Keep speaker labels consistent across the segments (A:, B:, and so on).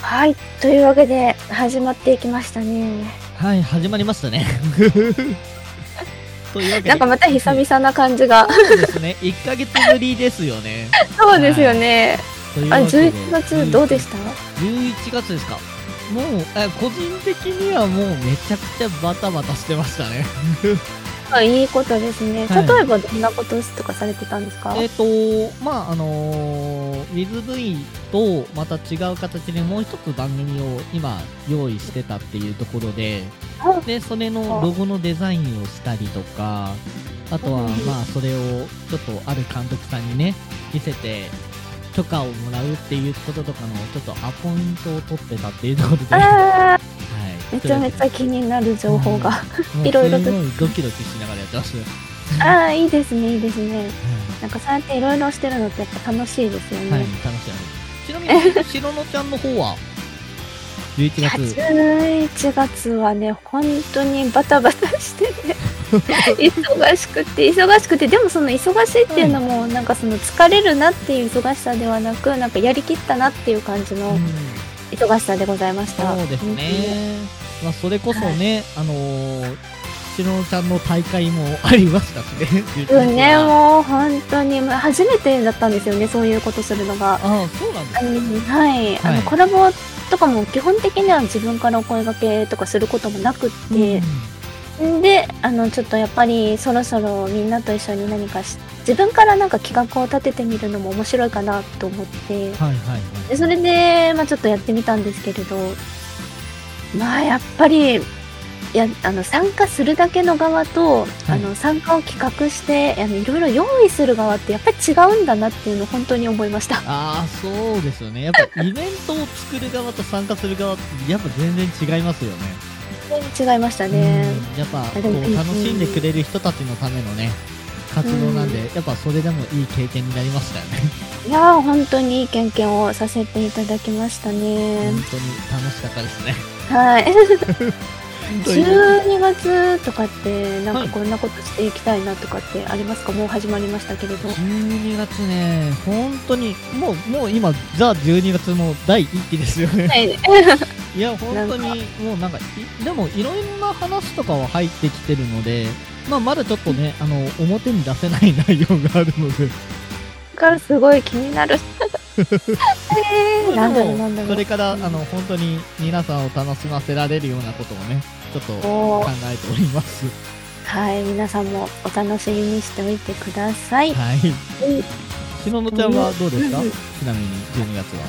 A: はい。というわけで、始まっていきましたね。
B: はい、始まりまし たね。
A: というわけで。なんかまた久々な感じが。
B: そうです ね。1ヶ月ぶりですよね。
A: そうですよね。はい、あ、11月どうでした
B: ?11 月ですか。もう、え個人的にはもうめちゃくちゃバタバタしてましたね。
A: まあ、いいことですね、はい、例えばどんなこととかされてたんですか、
B: えっ、ー、とまああのー、水 V とまた違う形でもう一つ番組を今用意してたっていうところででそれのロゴのデザインをしたりとかあとはまあそれをちょっとある監督さんにね見せて許可をもらうっていうこととかのちょっとアポイントを取ってたっていうところで、はい
A: めちゃめちゃ気になる情報が、はいろいろと
B: ドキドキしながらやってました
A: ああいいですねいいですね、なんかそうやっていろいろしてるのってやっぱ楽しいですよね、
B: はい、楽しいちなみにしろのちゃんの方は11月
A: 11月はね本当にバタバタして ね忙しくて忙しくてでもその忙しいっていうのも、うん、なんかその疲れるなっていう忙しさではなくなんかやりきったなっていう感じの忙しさでございました、
B: うん、そうですね、まあ、それこそね、はい、あのーしのちゃんの大会もありましたしね。
A: うんね、もう本当に、まあ、初めてだったんですよね、そういうことするのが。
B: あそうなんです
A: か、はい、はい、あのコラボとかも基本的には自分からお声がけとかすることもなくって、うん、で、あの、ちょっとやっぱりそろそろみんなと一緒に何かし、自分からなんか企画を立ててみるのも面白いかなと思って、
B: はいはいはい、
A: でそれで、まあ、ちょっとやってみたんですけれど、まあやっぱり、いやあの参加するだけの側と、あの参加を企画してあのいろいろ用意する側ってやっぱり違うんだなっていうのを本当に思いました
B: ああそうですよねやっぱイベントを作る側と参加する側ってやっぱ全然違いますよね
A: 全然違いましたね
B: やっぱこう楽しんでくれる人たちのためのね活動なんで、やっぱそれでもいい経験になりましたよね
A: いや本当にいい経験をさせていただきましたね
B: 本当に楽しかったですね
A: はい12月とかってなんかこんなことしていきたいなとかってありますか、はい、もう始まりましたけれど
B: 12月ね本当にもうもう今ザ12月の第一期ですよ ね、はい、いや本当にもうなんかでもいろいろな話とかは入ってきてるのでまあまだちょっとねあの表に出せない内容があるので
A: からすごい気になるえー、 なんだろうなんだろう
B: これからあの本当に皆さんを楽しませられるようなことをねちょっと考えております
A: はい皆さんもお楽しみにしておいてください
B: はいしののちゃんはどうですか、うん、ちなみに12月は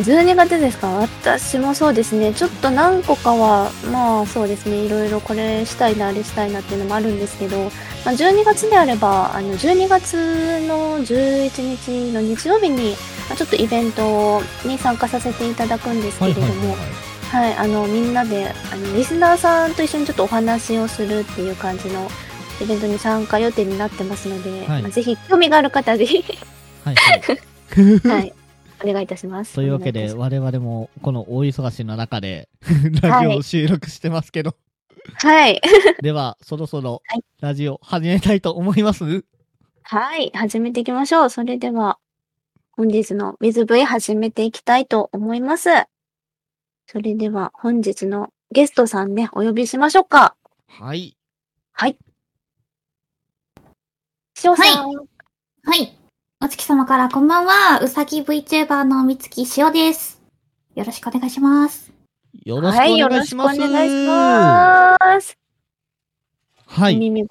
A: 12月ですか私もそうですねちょっと何個かはまあそうですねいろいろこれしたいなあれしたいなっていうのもあるんですけど、まあ、12月であればあの12月の11日の日曜日に、まあ、ちょっとイベントに参加させていただくんですけれども、はいはいはいはいはい、あのみんなであのリスナーさんと一緒にちょっとお話をするっていう感じのイベントに参加予定になってますので、はい、まあ、ぜひ興味がある方ぜひはい、はいはい、お願いいたします
B: というわけで我々もこの大忙しの中で ラジオを収録してますけど
A: はい、
B: ではそろそろラジオ始めたいと思います
A: はい始めていきましょうそれでは本日の WithV 始めていきたいと思いますそれでは本日のゲストさんね、お呼びしましょうか。
B: はい。
A: はい。しおさん。
C: はい。はい、お月様からこんばんは。うさぎ VTuber のみつきしおです。よろしくお願いします。
B: よろしくお願いしま
A: は
B: す。
A: い、よろしくお願いします。
B: はい。
A: 耳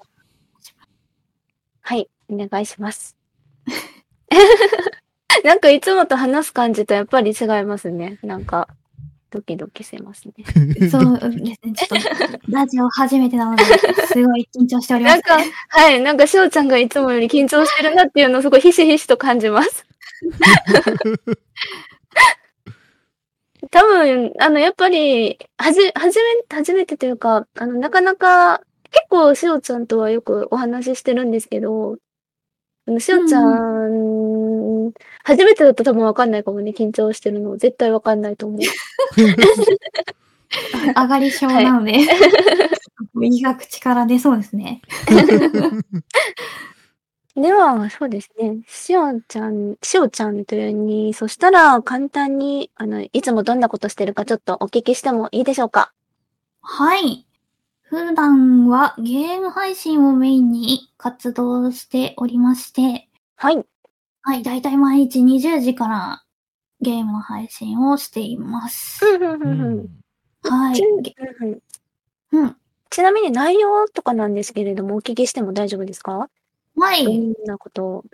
A: はい、お願いします。 なんかいつもと話す感じとやっぱり違いますね。なんか。ドキドキしますね。
C: そうですね。ちょっと、ラジオ初めてなので、すごい緊張しておりま
A: な
C: す、ね、
A: んか、はい、なんか、しおちゃんがいつもより緊張してるなっていうのを、すごいひしひしと感じます。多分、あの、やっぱり、はじ、はじめ、初めてというか、あの、なかなか、結構、しおちゃんとはよくお話ししてるんですけど、あの、しおちゃん、うん、初めてだと多分わかんないかもね、緊張してるの。絶対わかんないと思う。
C: 上がり症なので、 はい、医学力出そうですね。
A: では、そうですね。しおちゃん、しおちゃんというに、そしたら簡単に、あの、いつもどんなことしてるかちょっとお聞きしてもいいでしょうか。
C: はい。普段はゲーム配信をメインに活動しておりまして、
A: はい。
C: はい、だいたい毎日20時からゲームの配信をしています。
B: うん
C: は
A: ち
C: い。
A: ゅ
C: げ
A: うん
C: うん。
A: ちなみに内容とかなんですけれども、お聞きしても大丈夫ですか
C: は
A: ど
C: い。
A: んなことを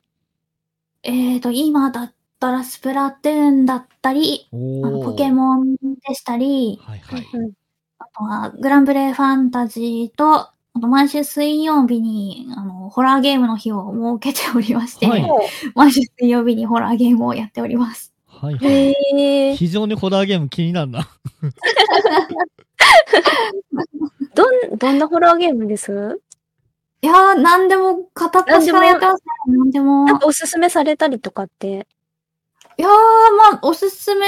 C: えーと、今だったらスプラトゥーンだったり、あの
B: お
C: ポケモンでしたり
B: ン、はいはい。
A: うん
C: あとはグランブレーファンタジーと、あと毎週水曜日にあのホラーゲームの日を設けておりまして、
B: はい
C: 毎週水曜日にホラーゲームをやっております。
B: はいはい。
A: へえ。
B: 非常にホラーゲーム気になるな。
A: どん、どんなホラーゲームです
C: いやー、なんでも片っ端からやってますね。なんでも。
A: なんかおすすめされたりとかって。
C: いやー、まあ、おすすめ、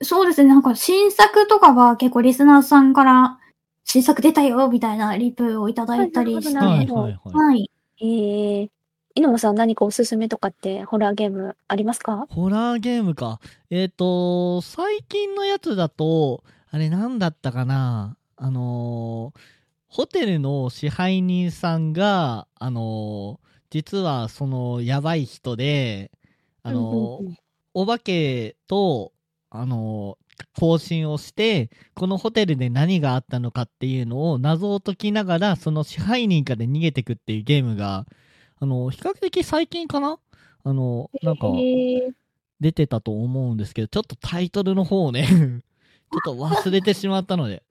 C: そうですね、なんか新作とかは結構リスナーさんから、新作出たよ、みたいなリプをいただいたりして、
A: な
B: は
A: る
B: い
A: ほど
B: はいはい。
C: はい。
A: ええ。犬もさん何かおすすめとかってホラーゲームありますか
B: ホラーゲームか。えっ、と、最近のやつだと、あれ何だったかなあのーホテルの支配人さんが、あのー実はそのやばい人で、あのー
A: うんうんうん
B: お化けと、あの更新をして、このホテルで何があったのかっていうのを謎を解きながら、その支配人から逃げてくっていうゲームが、あの比較的最近かなあのなんか、
A: へえ
B: 出てたと思うんですけど、ちょっとタイトルの方をね、 ちょっと忘れてしまったので。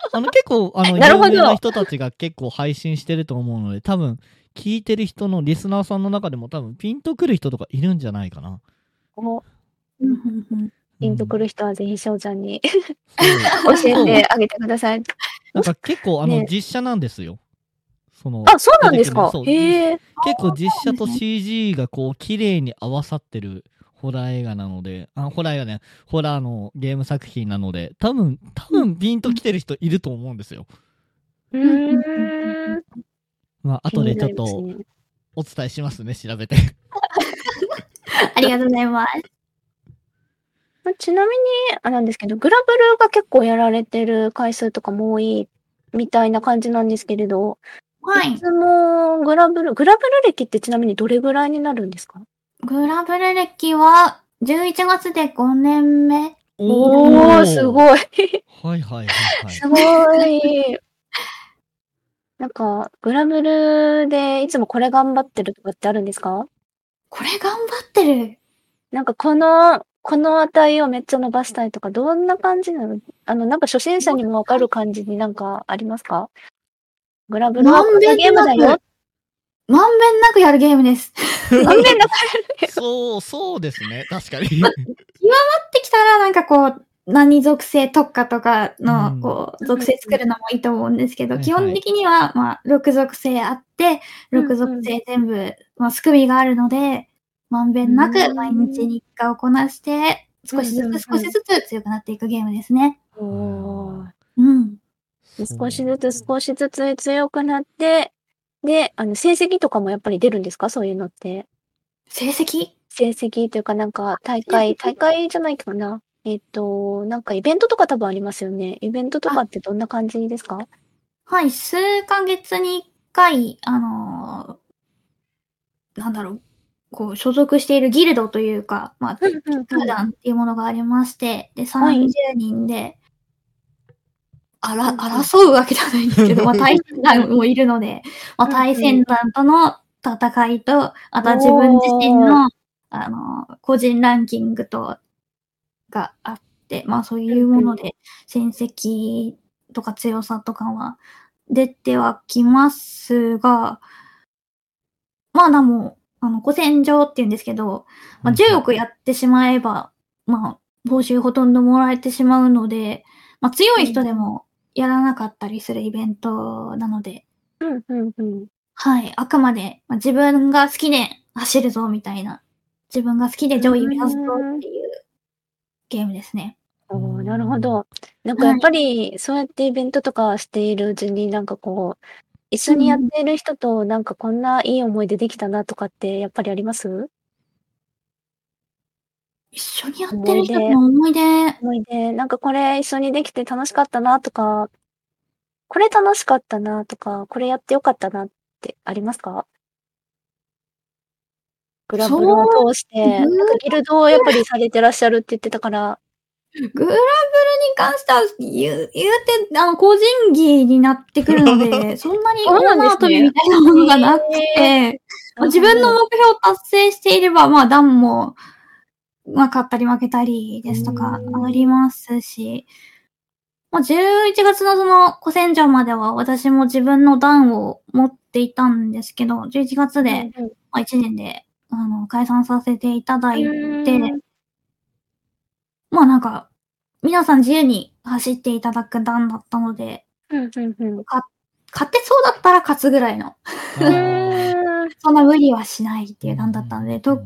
B: あの結構、あの、
A: なる
B: 有
A: ほど
B: 名な人たちが結構配信してると思うので、多分、聞いてる人のリスナーさんの中でも多分、ピンとくる人とかいるんじゃないかな。
A: お
C: うんうんうん
A: ピンとく
B: る。
A: る人はぜひしおちゃんに
B: そ
A: 教
B: う
A: えてあげてください。
B: なんか結構、あの、
A: ね
B: 実写なんですよ。その、
A: あ、そうなんですか
B: そう
A: へえ。
B: 結構実写と CG がこう綺麗に合わさってるホラー映画なので、あ、ホラー映画ね、ホラーのゲーム作品なので、多分、多分ピンと来てる人いると思うんですよ。
A: う
C: うんうん
A: ーん。
B: まあ、後でちょっ
A: 気に
B: と
A: なりますね
B: お伝えしますね、調べて。
C: ありがとうございます。
A: まあちなみに、あなんですけど、グラブルが結構やられてる回数とかも多いみたいな感じなんですけれど、。
C: はい
A: つもグラブル、グラブル歴ってちなみにどれぐらいになるんですか
C: い。グラブレ歴は、11月で5年目。
A: おー、す
B: い。
A: ごい。
B: はいはいはいはい。
A: すごい。なんか、グラブルでいつもこれ頑張ってるとかってあるんですか
C: これ頑張ってる。
A: なんかこの、この値をめっちゃ伸ばしたいとか、どんな感じなのあの、なんか初心者にもわかる感じになんかありますかグラブルはこんなゲームだよ。
C: まんべんなくやるゲームです。や
A: 残念な が
B: そう、そうですね、確かに。
C: ってきたら、なんかこう、何属性特化とか
B: う
C: の
B: ん、
C: こう、属性作るのもいいと思うんですけ
B: はい
C: ど、
B: はい
C: 基本的には、まあ、6属性あって、6属性全部、まあ、仕組みがあるので、まんべんな
A: う
C: く
A: ん
C: 毎日日課をこなして、少し
A: うんうんう
C: ず
A: ん
C: つ少しずつ強くなっていくゲームですね。
A: らおー
C: うん。
A: 少しずつ少しずつ強くなって、で、あの、成績とかもやっぱり出るんですかそういうのって。
C: 成績
A: 成績というかなんか大会、大会じゃないかな。えっと、なんかイベントとか多分ありますよね。イベントとかってどんな感じですか
C: はい、数ヶ月に一回、あのーなんだろう、こう、所属しているギルドというか、まあ、
A: 普
C: 普段っていうものがありまして、で、30人で、あら、争うわけじゃないんですけ ど、まあ、対戦団もいるので、まあ、対戦団との戦いと、あとは自分自身の、あの、個人ランキングと、があって、まあ、そういうもので、戦績とか強さとかは出てはきますが、まあ、でも、あの、古戦場って言うんですけど、まあ、10億やってしまえば、まあ、報酬ほとんどもらえてしまうので、まあ、強い人でもやらなかったりするイベントなので、
A: うんうんうん。
C: はい、あくまで、まあ、自分が好きで走るぞみたいな、自分が好きで上位目指すぞっていうゲームですね。
A: お
B: う
A: ー
B: ん
A: なるほど。なんかやっぱり、そうやってイベントとかしているうちに、なんかこう、一緒にやっている人となんかこんないい思い出できたなとかってやっぱりあります
C: 一緒にやってる人の思い出、
A: 思い出、なんかこれ一緒にできて楽しかったなとか、これ楽しかったなとか、これやってよかったなってありますかグラブルを通して、
C: そう
A: なんかギルドをやっぱりされてらっしゃるって言ってたから、
C: グラブルに関しては言う、言うて、あの、個人技になってくるの で、そんなに
A: そうなんですね
C: 女遊びみたいなものがなくて、まあ自分の目標を達成していれば、まあ、ダンも、まあ、勝ったり負けたりですとか
A: うん
C: ありますし、もう11月のその古戦場までは私も自分のダンを持っていたんですけど、11月で、まあ、1年で、あの、解散させていただいて、
A: うん
C: まあなんか、皆さん自由に走っていただく段だったので、
A: うんうんうん。
C: 勝てそうだったら勝つぐらいの、
B: あー
C: そんな無理はしないっていう段だったので、と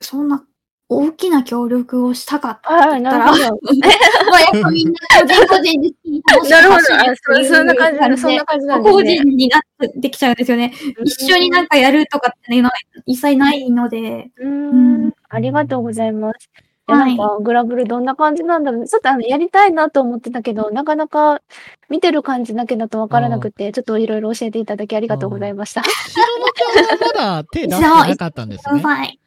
C: そんな大きな協力をしたかった
A: ああ、
C: ら
A: なるほど。
C: まあやっぱみんな個人個人で楽し く
A: なるほど。
C: 走
A: あ
C: るって
A: そ
C: いう
A: そんな感じなそんな感じなんです
C: 個
A: ね。
C: 人になってきちゃうんですよね。一緒になんかやるとかっていうのは一切ないので、
A: うー
C: うんん、
A: ありがとうございます。いや
C: は
A: ないんか、グラブルどんな感じなんだろう。ちょっとあの、やりたいなと思ってたけど、なかなか見てる感じだけだとわからなくて、ちょっといろいろ教えていただきありがとうございました。
B: 白間ちゃんはまだ手出してなかったんです
C: く だ
B: ね。
C: さい。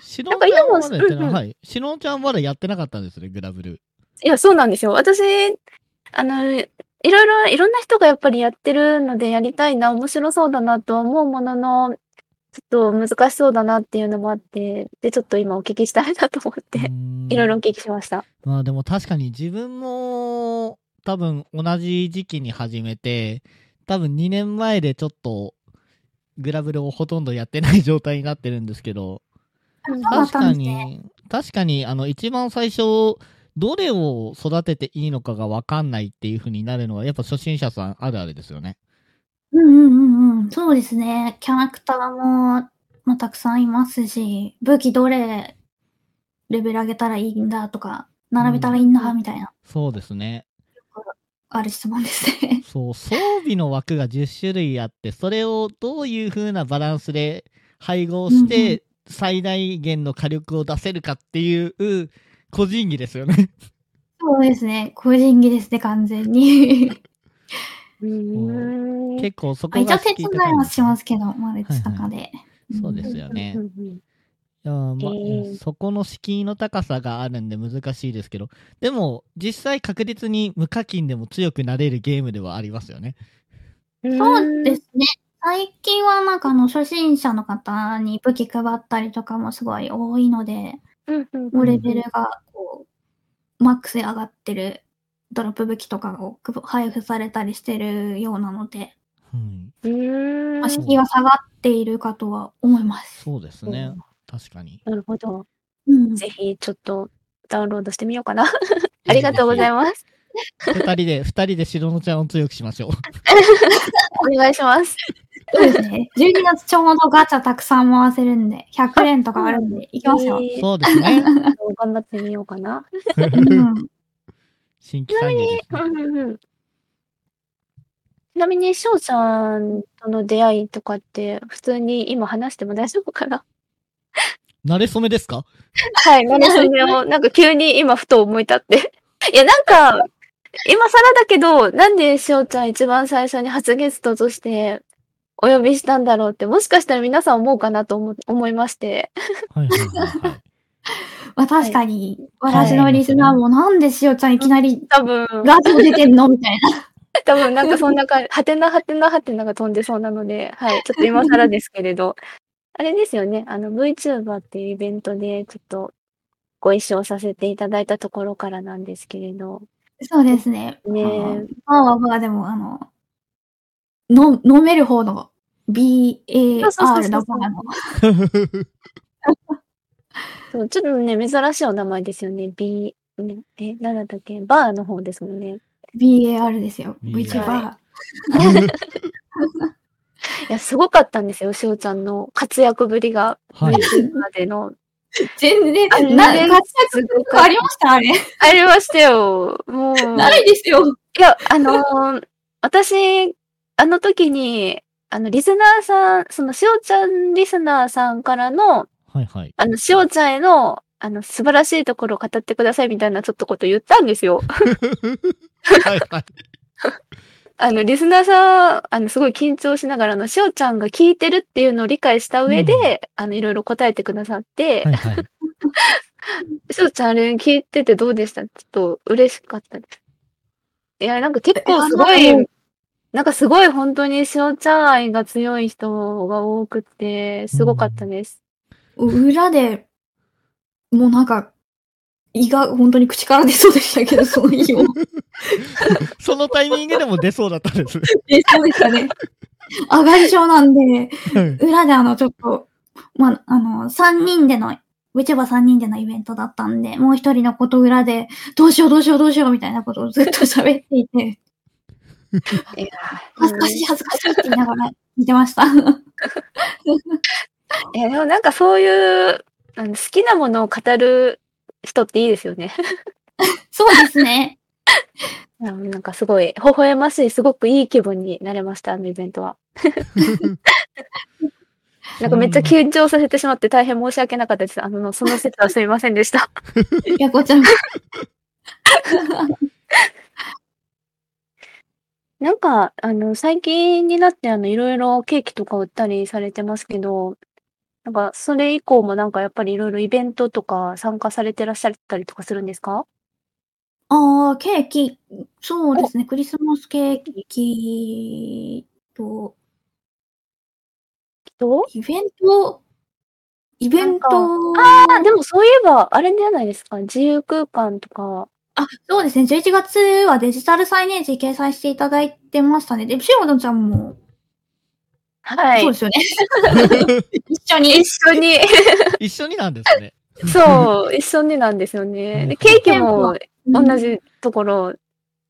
B: 白間ちゃんはまだやって
A: なんか今も
B: ない。はい。白間ちゃんはまだやってなかったんですね、グラブル。
A: いや、そうなんですよ。私、あの、いろいろ、いろんな人がやっぱりやってるので、やりたいな、面白そうだなとは思うものの、ちょっと難しそうだなっていうのもあって、で、ちょっと今お聞きしたいなと思って、いろいろお聞きしました。
B: まあでも確かに自分も多分同じ時期に始めて多分2年前でちょっとグラブルをほとんどやってない状態になってるんですけど
C: そうだっ
B: 確
C: た
B: か
C: んです
B: に、
C: ね
B: 確かにあの一番最初どれを育てていいのかが分かんないっていう風になるのはやっぱ初心者さんあるあるですよね。
C: うんうんうんうん。そうですね。キャラクターも、まあ、たくさんいますし、武器どれレベル上げたらいいんだとか、並べたらいいんだみたいな、
B: そうですね。
C: ある質問です ね。
B: そう装備の枠が10種類あってそれをどういう風なバランスで配合し
C: うんう
B: て最大限の火力を出せるかっていう個人技ですよね。
C: そうですね。個人技ですね、完全に。
A: うーん。
B: 結構そ
C: あ
B: こ
C: 一応
B: が
C: 手
B: 好
C: 伝
B: き
C: い
B: っ。
C: はしますすけど、マルチとかで。
B: そうですよね
A: うんうんうん
B: いやまあ
A: えー
B: そこの敷居の高さがあるんで難しいですけどでも実際確実に無課金でも強くなれるゲームではありますよね。
A: うん
C: そうですね。最近はなんかあの初心者の方に武器配ったりとかもすごい多いので、
A: うんうん
C: もうレベルがこう、マックスで上がってるドロップ武器とかを配配布されたりしてるようなので、
B: うん、
A: うん。
C: まあ敷居は下がっているかとは思います。
B: そうですね
A: うん
B: 確かに。
A: なるほど。
C: うん。
A: ぜひちょっとダウンロードしてみようかな。 ありがとうございます。
B: す。二人で二人で白のちゃんを強くしましょう。
A: お願いします。
C: そうですね。12月ちょうどガチャたくさん回せるんで、100連とかあるんで、行きましょう。
A: えー
B: そうですね。
A: 頑張ってみようかな。
C: うん。
B: 新規参入です、
A: う
B: ね。
A: んうんうんちなみに、翔ちゃんとの出会いとかって、普通に今話しても大丈夫かな
B: 慣れ初めですか
A: はい、なのでそれを、なんか急に今ふと思い立って。 いや、なんか、今更だけど、なんで翔ちゃん一番最初に初ゲストとしてお呼びしたんだろうって、もしかしたら皆さん思うかなと思思いまして。
B: はいはいはい、はい。
C: まあ確かに、
B: い
C: 私のリスナーもなんでしおちゃんいきなり
A: 多分、
C: ガチャ出てんのみたいな。
A: 多分なんかそんな感じ、はてなはてなはてなが飛んでそうなので、はい、ちょっと今更ですけれど、 あれですよね、あの VTuber っていうイベントでちょっとご一緒させていただいたところからなんですけれど、
C: そうですね。
A: ねえ
C: あのまあまあまあ、でも、あの、の飲める方の BAR
A: そうそうそうそう
C: のバーの
A: そうちょっとね、珍しいお名前ですよね、B、ねえ、なんだったっけ、バーの方ですもんね。
C: BAR ですよ。
B: BAR
C: VTuber。
A: いや、すごかったんですよ、しおちゃんの活躍ぶりが、
B: はい
A: VTuber での。
C: 全
A: あ
C: 然、な、
A: なん
C: 活躍
A: すご
C: 力
A: か
C: あ
A: っ
C: りましたあれ。
A: たありましたよ、もう。
C: ないですよ。
A: いや、あのー私、あの時に、あの、リスナーさん、その、しおちゃんリスナーさんからの、
B: はいはい。
A: あの、しおちゃんへの、あの、素晴らしいところを語ってくださいみたいなちょっとこと言ったんですよ。
B: はいはい。
A: あの、リスナーさん、あの、すごい緊張しながらあの、しおちゃんが聞いてるっていうのを理解した上で、
B: うん
A: あの、いろいろ答えてくださって、
B: はいはい。
A: しおちゃんあれ聞いててどうでしたちょっと嬉しかったです。いや、なんか結構すご、
C: えあない
A: なんかすごい本当にしおちゃん愛が強い人が多くて、すごかったです。
C: 裏で、もうなんか、胃が本当に口から出そうでしたけど、その胃も。
B: そのタイミングでも出そうだったんです。
C: 出そうでしたね。 上がり症なんで、
B: はい
C: 裏であの、ちょっと、まあ、あの、3人での、ウチバ3人でのイベントだったんで、もう一人のこと裏で、どうしようどうしようどうしようみたいなことをずっと喋っていて、
A: いや
C: 恥ずかしい恥ずかしいって言いながら 見てました。
A: いや、でもなんかそういう、あの好きなものを語る人っていいですよね。
C: そうですね。
A: いやなんかすごい、微笑ましい、すごくいい気分になれました、あのイベント は。なんかめっちゃ緊張させてしまって大変申し訳なかったです。あの、その説はすみませんでした。
C: やこちゃん。
A: なんか、あの、最近になって、あの、いろいろケーキとか売ったりされてますけど、なんか、それ以降もなんかやっぱりいろいろイベントとか参加されてらっしゃったりとかするんですか
C: ああ、ケーキ、そうですね。クリスマスケーキと、
A: きっと
C: イベント、イベント、
A: あ、でもそういえば、あれじゃないですか。自由空間とか。
C: あ、そうですね。11月はデジタルサイネージ掲載していただいてましたね。で、シオドちゃんも、
A: は
C: そうですよね。一緒に。
A: 一緒に、
B: 一緒になんですね。
A: そう、一緒になんですよ
B: はいは
A: ね。
B: い
A: で、ケーキも同
C: うん。
A: じところ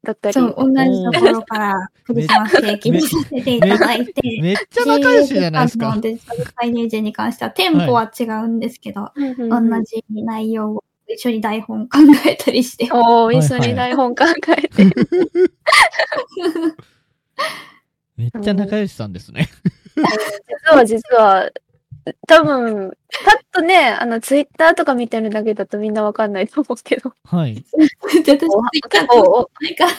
A: だったり。
C: そう、同じところからクリスマスケーキにさせていただいて。
B: めっちゃ仲良しじゃないです
C: シオドちゃ
B: か
C: んの。デジタルサイネージに関しては、店舗は違うんですけど、
A: うんうん
C: 同
A: うん
C: じ内容を一緒に台本考えたりして。
A: おー、
B: はい
A: 一緒
B: はい
A: に台本考えて。
B: めっちゃ仲良しさんですね。
A: 実は実は、多分、パッとね、あの、ツイッターとか見てるだけだとみんなわかんないと思うけど。
B: はい。
C: 私、ツイッターと
A: おお
C: ないから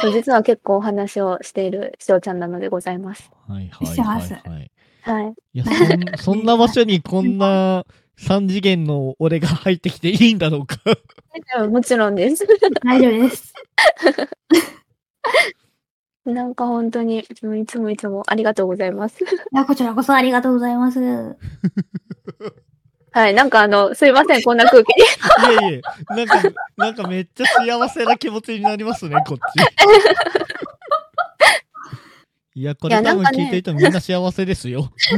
A: そう実は結構お話をしているしおちゃんなのでございます。
B: はいはい
C: して
B: は
C: ま
B: い
C: す
B: はい。
A: はい。
B: いや、そんそんな場所にこんな三次元の俺が入ってきていいんだろうか。
A: もちろんです。
C: 大丈夫です。
A: なんか本当に、うんいつもいつもありがとうございます。
C: いやこちらこそありがとうございます。
A: はい。なんかあの、すいません、こんな空気に。
B: いやいや、なんか、なんかめっちゃ幸せな気持ちになりますね、こっ ち。いや、これ
A: いやな
B: 多
A: ん
B: 分
A: かね
B: 聞いてる人みんな幸せで すよ。
A: い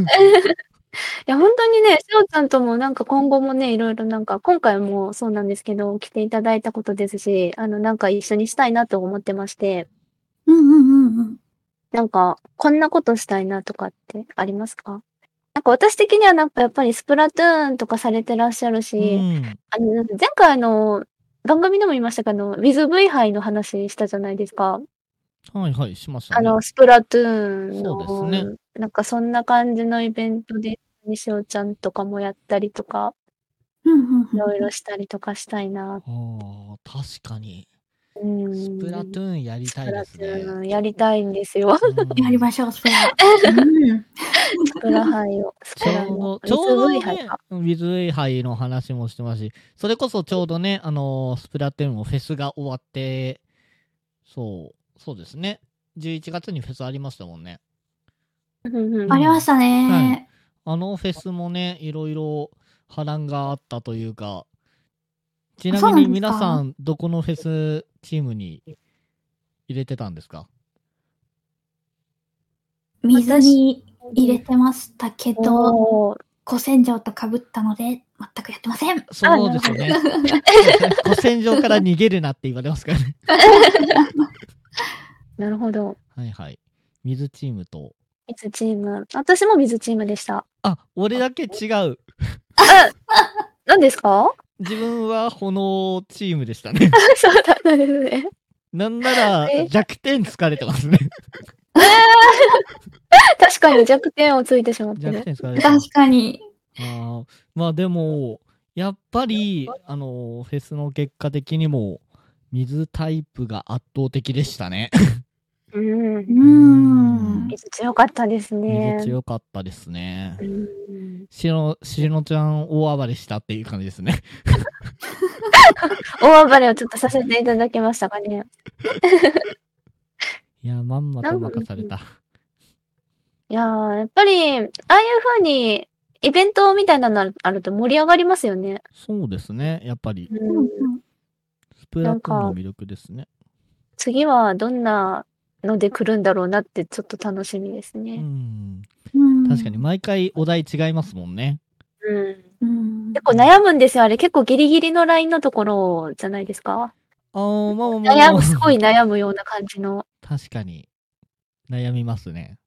A: や、本当にね、しおちゃんともなんか今後もね、いろいろなんか、今回もそうなんですけど、来ていただいたことですし、あの、なんか一緒にしたいなと思ってまして、
C: うんうんうんうん。
A: なんか、こんなことしたいなとかってありますかなんか私的にはなんかやっぱりスプラトゥーンとかされてらっしゃるし、
B: うん。
A: あの、前回あの、番組でも言いましたけど、あの WithV 杯の話したじゃないですか。
B: はいはい、しました
A: あ
B: ね。
A: の、スプラトゥーン
B: そ
A: の、
B: うですね
A: なんかそんな感じのイベントで、西尾ちゃんとかもやったりとか、
C: うんうんうん
A: いろいろしたりとかしたいな。
B: ああ、確かに。
A: うん。
B: スプラトゥーンやりたいですね。
A: スプラトゥーンやりたいんですよ。
B: うん
C: やりましょう、スプラ。うん。
A: ス プラ杯を。スプ
B: ち
A: ラ
B: ょ
A: の
B: うど、ちょうど
A: SV 杯
B: ね
A: か。、
B: 水イ杯の話もしてますし、それこそちょうどね、あのースプラトゥーンもフェスが終わって、そう、そうですね。11月にフェスありましたもんね。
A: うんうん
C: ありましたね。
B: あのフェスもね、いろいろ波乱があったというか、ちな
C: そう
B: み
C: なん
B: に
C: ですか
B: 皆さん、どこのフェスチームに入れてたんですか
C: 水に入れてましたけど、
A: おー
C: 古戦場と被ったので、全くやってません。
B: そうですよね。古戦場から逃げるなって言われますからね。
A: なるほど。
B: はいはい。水チームと。
A: 水チーム。私も水チームでした。
B: あ、俺だけ違う。
A: 何ですか
B: 自分は炎チームでしたね。
A: そうだったんですね。
B: なんなら
A: え
B: 弱点疲れてますね。
A: 確かに弱点をついてしまって
B: 弱
A: る。
B: 点疲れてます
C: 確。かに。
B: あーまあでも、やっぱり、あの、フェスの結果的にも、水タイプが圧倒的でしたね。
A: うん
C: う。ーん。
A: 水強かったですね。
B: 水強かったですね。
A: うん
B: しの、しのちゃん大暴れしたっていう感じですね。
A: 大暴れをちょっとさせていただきましたかね。
B: いや、まんまと任された。
A: いやー、やっぱり、ああいう風に、イベントみたいなのあるあると盛り上がりますよね。
B: そうですね。やっぱり、
C: うんうん
B: スプラトゥーンの魅力ですね。
A: 次はどんなので来るんだろうなって、ちょっと楽しみです
B: う
A: ね。
B: ん。
C: うん
B: 確かに、。毎回お題違いますもんね。
A: うん。
C: うん
A: 結構悩むんですよ、あれ。結構ギリギリのラインのところじゃないですか。
B: ああ、まあまあまあまあ
A: 悩む、すごい悩むような感じの。
B: 確かに、悩みますね。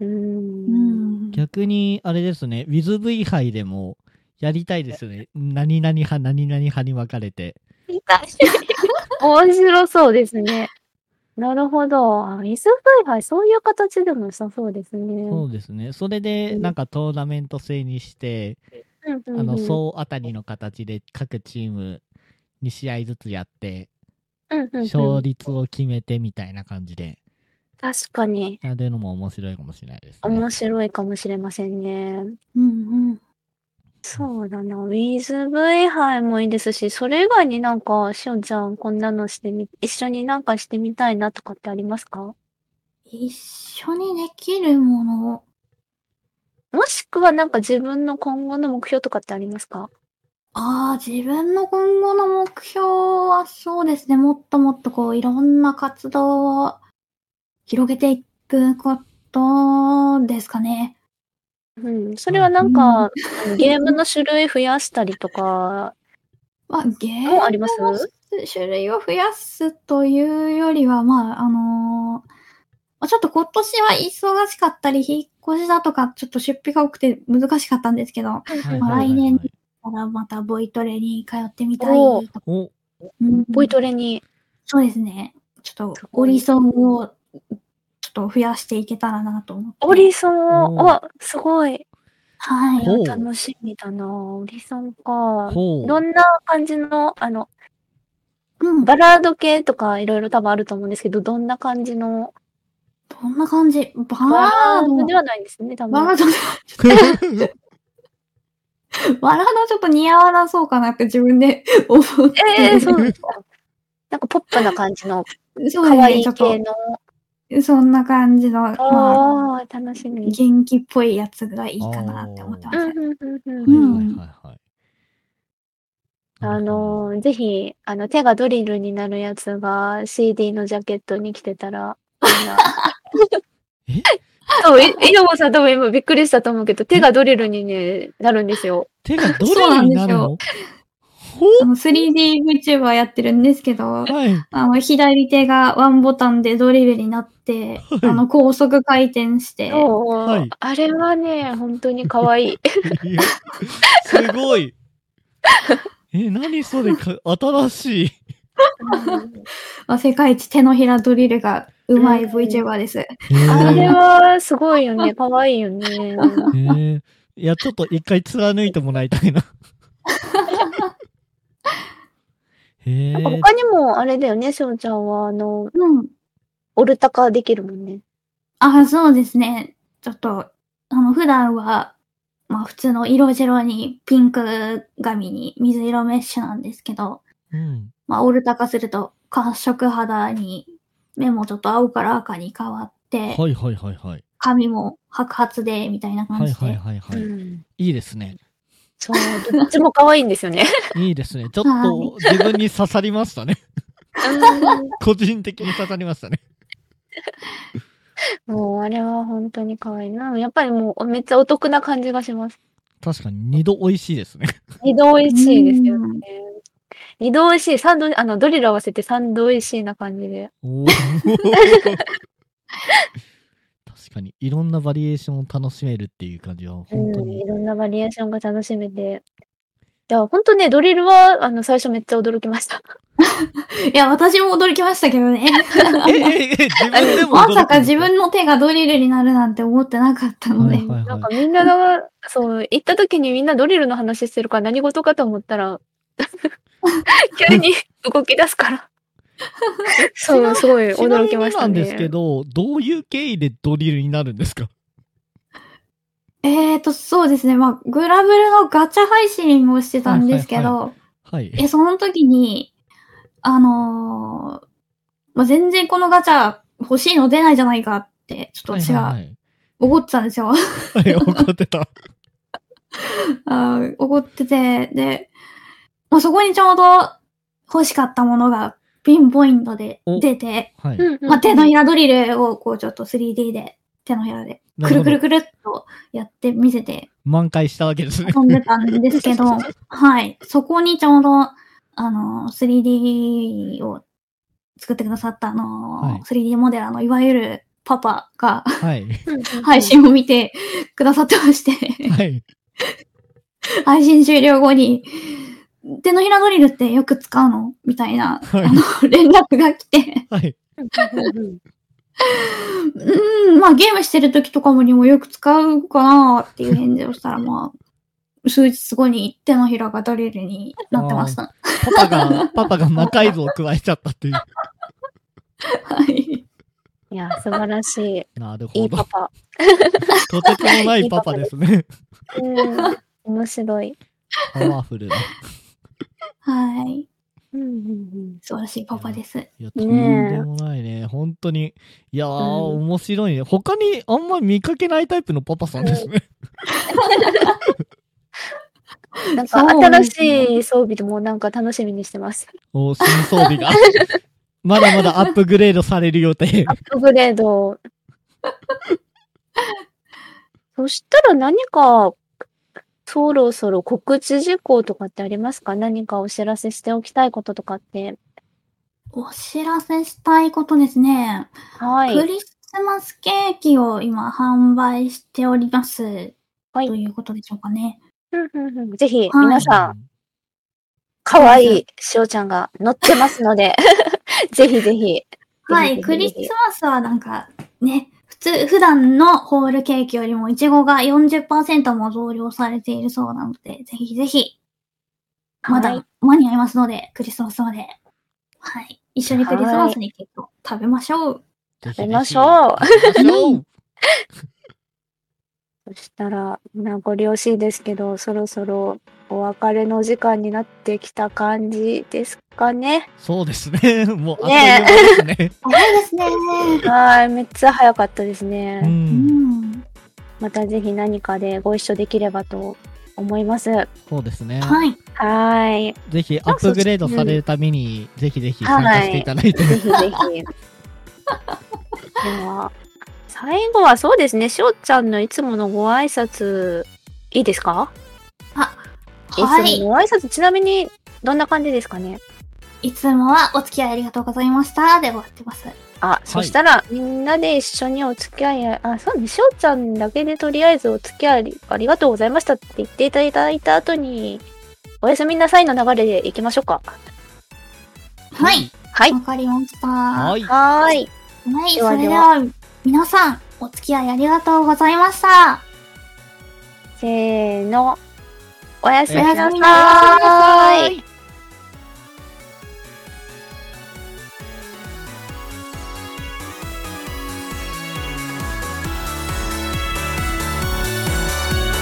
A: うー。
C: うんん
B: 逆に、あれですね、WithV 杯でも、やりたいですよね。何々派、何々派に分かれて。
A: 痛い面白そうですね。なるほど。あ水風杯、そういう形でも良さそうですね。
B: そうですね。それで、なんかトーナメント制にして、
A: うんうんうん
B: あの、総当たりの形で各チーム2試合ずつやって、
A: うんうんうん
B: 勝率を決めてみたいな感じで、
A: 確かに。
B: やるのも面白いかもしれないですね
A: 面。白いかもしれませんね。
C: うんうん
A: そうだな。ウィズ V 杯もいいですし、それ以外になんか、しおんちゃんこんなのしてみ、一緒になんかしてみたいなとかってありますか
C: 一緒にできるもの。
A: もしくはなんか自分の今後の目標とかってありますか
C: ああ、自分の今後の目標はそうですね。もっともっとこう、いろんな活動を広げていくことですかね。
A: うん。それはなんか、あのゲームの種類増やしたりとか、
C: まあ、ゲーム
A: もあります
C: 種類を増やすというよりは、まあ、あのーまあちょっと今年は忙しかったり、引っ越しだとか、ちょっと出費が多くて難しかったんですけど、
B: はい
C: まあ
B: はいはいはい
C: 来年まだまたボイトレに通ってみたい
A: お
C: と
A: ー
C: か。
B: お、
C: うん
A: ボイトレに。
C: そうですね。ちょっと、オリソンを、ちょっと増やしていけたらなと思って。
A: オリソン
B: お
A: を、あ、すごい。
C: はい。
B: ほう
A: 楽しみだな。オリソンか。
B: ほ
A: ど
B: う。
A: んな感じの、あの、
C: うん。
A: バラード系とかいろいろ多分あると思うんですけど、どんな感じの
C: どんな感じバ
A: バラ
C: ラー
A: ードで
C: ド。
A: はないんですね、多
C: バラ
A: 分。
C: ード、バラードちょっと似合わなそうかなって自分で思って。
A: ええ そうなんですか。 なんかポップな感じの、
C: そう
A: 可愛
C: で
A: い
C: すね。ち
A: 系
C: ょっ
A: の。
C: と、そんな感じの、まあ、
A: ああ、楽しみ。
C: 元気っぽいやつがいいかなって思ってま
A: うん
C: す。
A: うんうんうん
B: はい
C: ん
B: はいはいはい。
A: あのー、ぜひ、あの、手がドリルになるやつが CD のジャケットに着てたら、みん な
B: え
A: そう、い稲葉さん多分今びっくりしたと思うけど、手がドリルに、ね、なるんですよ。
B: 手がどれになるのほ
C: あの 3DVTuber やってるんですけど
B: う、はい。
C: あの、左手がワンボタンでドリルになって、あの、高速回転して、
A: そう、
B: はい
A: あれはね、本当に可 愛い。
B: いやすごい。え、何それか、新しい。
C: まあ、世界一手のひらドリルがうまい VTuber です。
A: あれはすごいよ ね、可愛いよね。
B: えーいや、ちょっと一回貫いてもらいたいな。へえ
A: なんか他にもあれだよね、しおんちゃんは、あの、
C: うん。
A: オルタ化できるもんね。
C: あ、そうですね。ちょっと、あの、普段は、まあ、普通の色白にピンク髪に水色メッシュなんですけど、
B: うん。
C: まあ、オルタ化すると褐色肌に目もちょっと青から赤に変わって、
B: はいはいはいはい。
C: 髪も白髪で、みたいな感
B: はい
C: じ
B: はい
C: で。
B: はいは
A: う
B: い。
A: ん。
B: いいですね。
A: そう、どっちも可愛いんですよね。
B: いいですね。ちょっと自分に刺さりましたね。個人的に刺さりましたね。
A: もうあれは本当に可愛いな。やっぱりもうめっちゃお得な感じがします。
B: 確かに二度美味しいですね。
A: 二度美味しいですよね。二度美味しい、三度、あの、ドリル合わせて三度美味しいな感じで。
B: おー確かにいろんなバリエーションを楽しめるっていう感じは本当
A: うん、い
B: に。
A: ろんなバリエーションが楽しめて。だから本当ね、ドリルは、あの、最初めっちゃ驚きました。
C: いや、私も驚きましたけどね。
B: え、え、え、自分でも驚
C: ま
B: く。
C: さか自分の手がドリルになるなんて思ってなかったの
B: は
C: で。
B: いはい
A: なん
B: は
A: かみんなが、そう、行った時にみんなドリルの話してるから何事かと思った ら、急に動き出す から。そう、すごい
B: い。ちなみ
A: 驚
B: に
A: きました
B: なん
A: ね。
B: ですけど、どういう経緯でドリルになるんですか
C: えーと、そうですね。まあ、グラブルのガチャ配信をしてたんですけど、
B: はいははい。
C: え、その時に、あのーまあ、全然このガチャ欲しいの出ないじゃないかって、ちょっと私
B: は
C: はい怒ってたんですよ。
B: はいはい。はい怒ってた。
C: あー怒ってて、で、まあ、そこにちょうど欲しかったものがピンポイントで出て、
B: はい。
A: うんうん
C: まあ、手のひらドリルをこうちょっと 3D で、手のひらで、
B: な
C: く
B: る
C: る
B: ほ
C: く
B: ど。
C: るくるっとやって見せて
B: 満開したわけですね。
C: 飛んでたんですけど、 はい。そこにちょうど、あの、3D を作ってくださった、あの、
B: はい
C: 3D モデラーのいわゆるパパが
B: はい。
A: うんうんうん
C: 配信を見てくださってまして、
B: はい。
C: 配信終了後に、手のひらドリルってよく使うのみたいな、
B: はい
C: あの、連絡が来て、
B: はい。
A: うんうんうん
C: うん、まあゲームしてる時とかもにもよく使うかなっていう返事をしたら、まあ、数日後に手のひらがドリルになってました。
B: パパが、パパが魔改造を加えちゃったっていう。
C: はい。
A: いや、素晴らし
B: なる
A: い。い
B: ほ
A: いパ
B: ど。
A: パ。
B: とてつもないパパですね。
A: うん。面白い。
B: パワフルな。
C: はい。
A: うんうんうん
C: 素晴らしいパパです。
B: いや、と
A: ねえ
B: んでもないね。本当に。いやー、
A: うん
B: 面白いね。他にあんま見かけないタイプのパパさんですね。
A: なんか新しい装備でもなんか楽しみにしてます。
B: おー新装備が。まだまだアップグレードされる予定
A: ア。ップグレード。そしたら何か、そろそろ告知事項とかってありますか何かお知らせしておきたいこととかって。
C: お知らせしたいことですね。
A: は
C: ク
A: い。
C: リスマスケーキを今販売しております。
A: はい
C: ということでしょうかね。
A: うんうんうんぜひ、
C: はい
A: 皆さん、可愛いしおちゃんが乗ってますので、 ぜひぜひ。
C: は
A: ぜ
C: い。
A: ひぜ
C: ク
A: ひぜ
C: リ
A: ひ
C: スマスはなんかね、普通、普段のホールケーキよりもイチゴが40%も増量されているそうなので、ぜひぜひ、
A: は
C: ま
A: い
C: だ間に合いますので、クリスマスまで。はい。一緒にクリスマスに結構食べましょう。
B: 食
A: べましょう
B: 食べましょう。
A: そしたら、名残惜しいですけど、そろそろお別れの時間になってきた感じですかね。
B: そうですね。もう、あっという間で すね。
C: 早いですね。
A: はい、めっちゃ早かったですね。
B: う。
C: うんん。
A: またぜひ何かでご一緒できればと思います。は
B: そうですね。
C: はい。
A: ーい。
B: ぜひアップグレードされるために、ぜひぜひ参加していただいて。
A: ぜひぜひ。では、最後はそうですね、しおちゃんのいつものご挨拶、いいですか、
C: はい
A: つ
C: い。
A: ものご挨拶、ちなみにどんな感じですかね
C: いつもはお付き合いありがとうございました。で終わってます。
A: あ、そしたらみんなで一緒にお付き合いああそうねしおちゃんだけでとりあえずお付き合いありがとうございましたって言っていただいた後におやすみなさいの流れでいきましょうか
C: はい。
A: はい
C: わかりました。
B: は。
C: はい
A: はーい
C: い。
A: では
C: それ
A: で
C: で
A: は
C: は、皆さん、お付き合いありがとうございました。
A: せーのおやすみ
C: おや
A: な
C: すみな
A: さ
C: さ
A: ーい
C: い。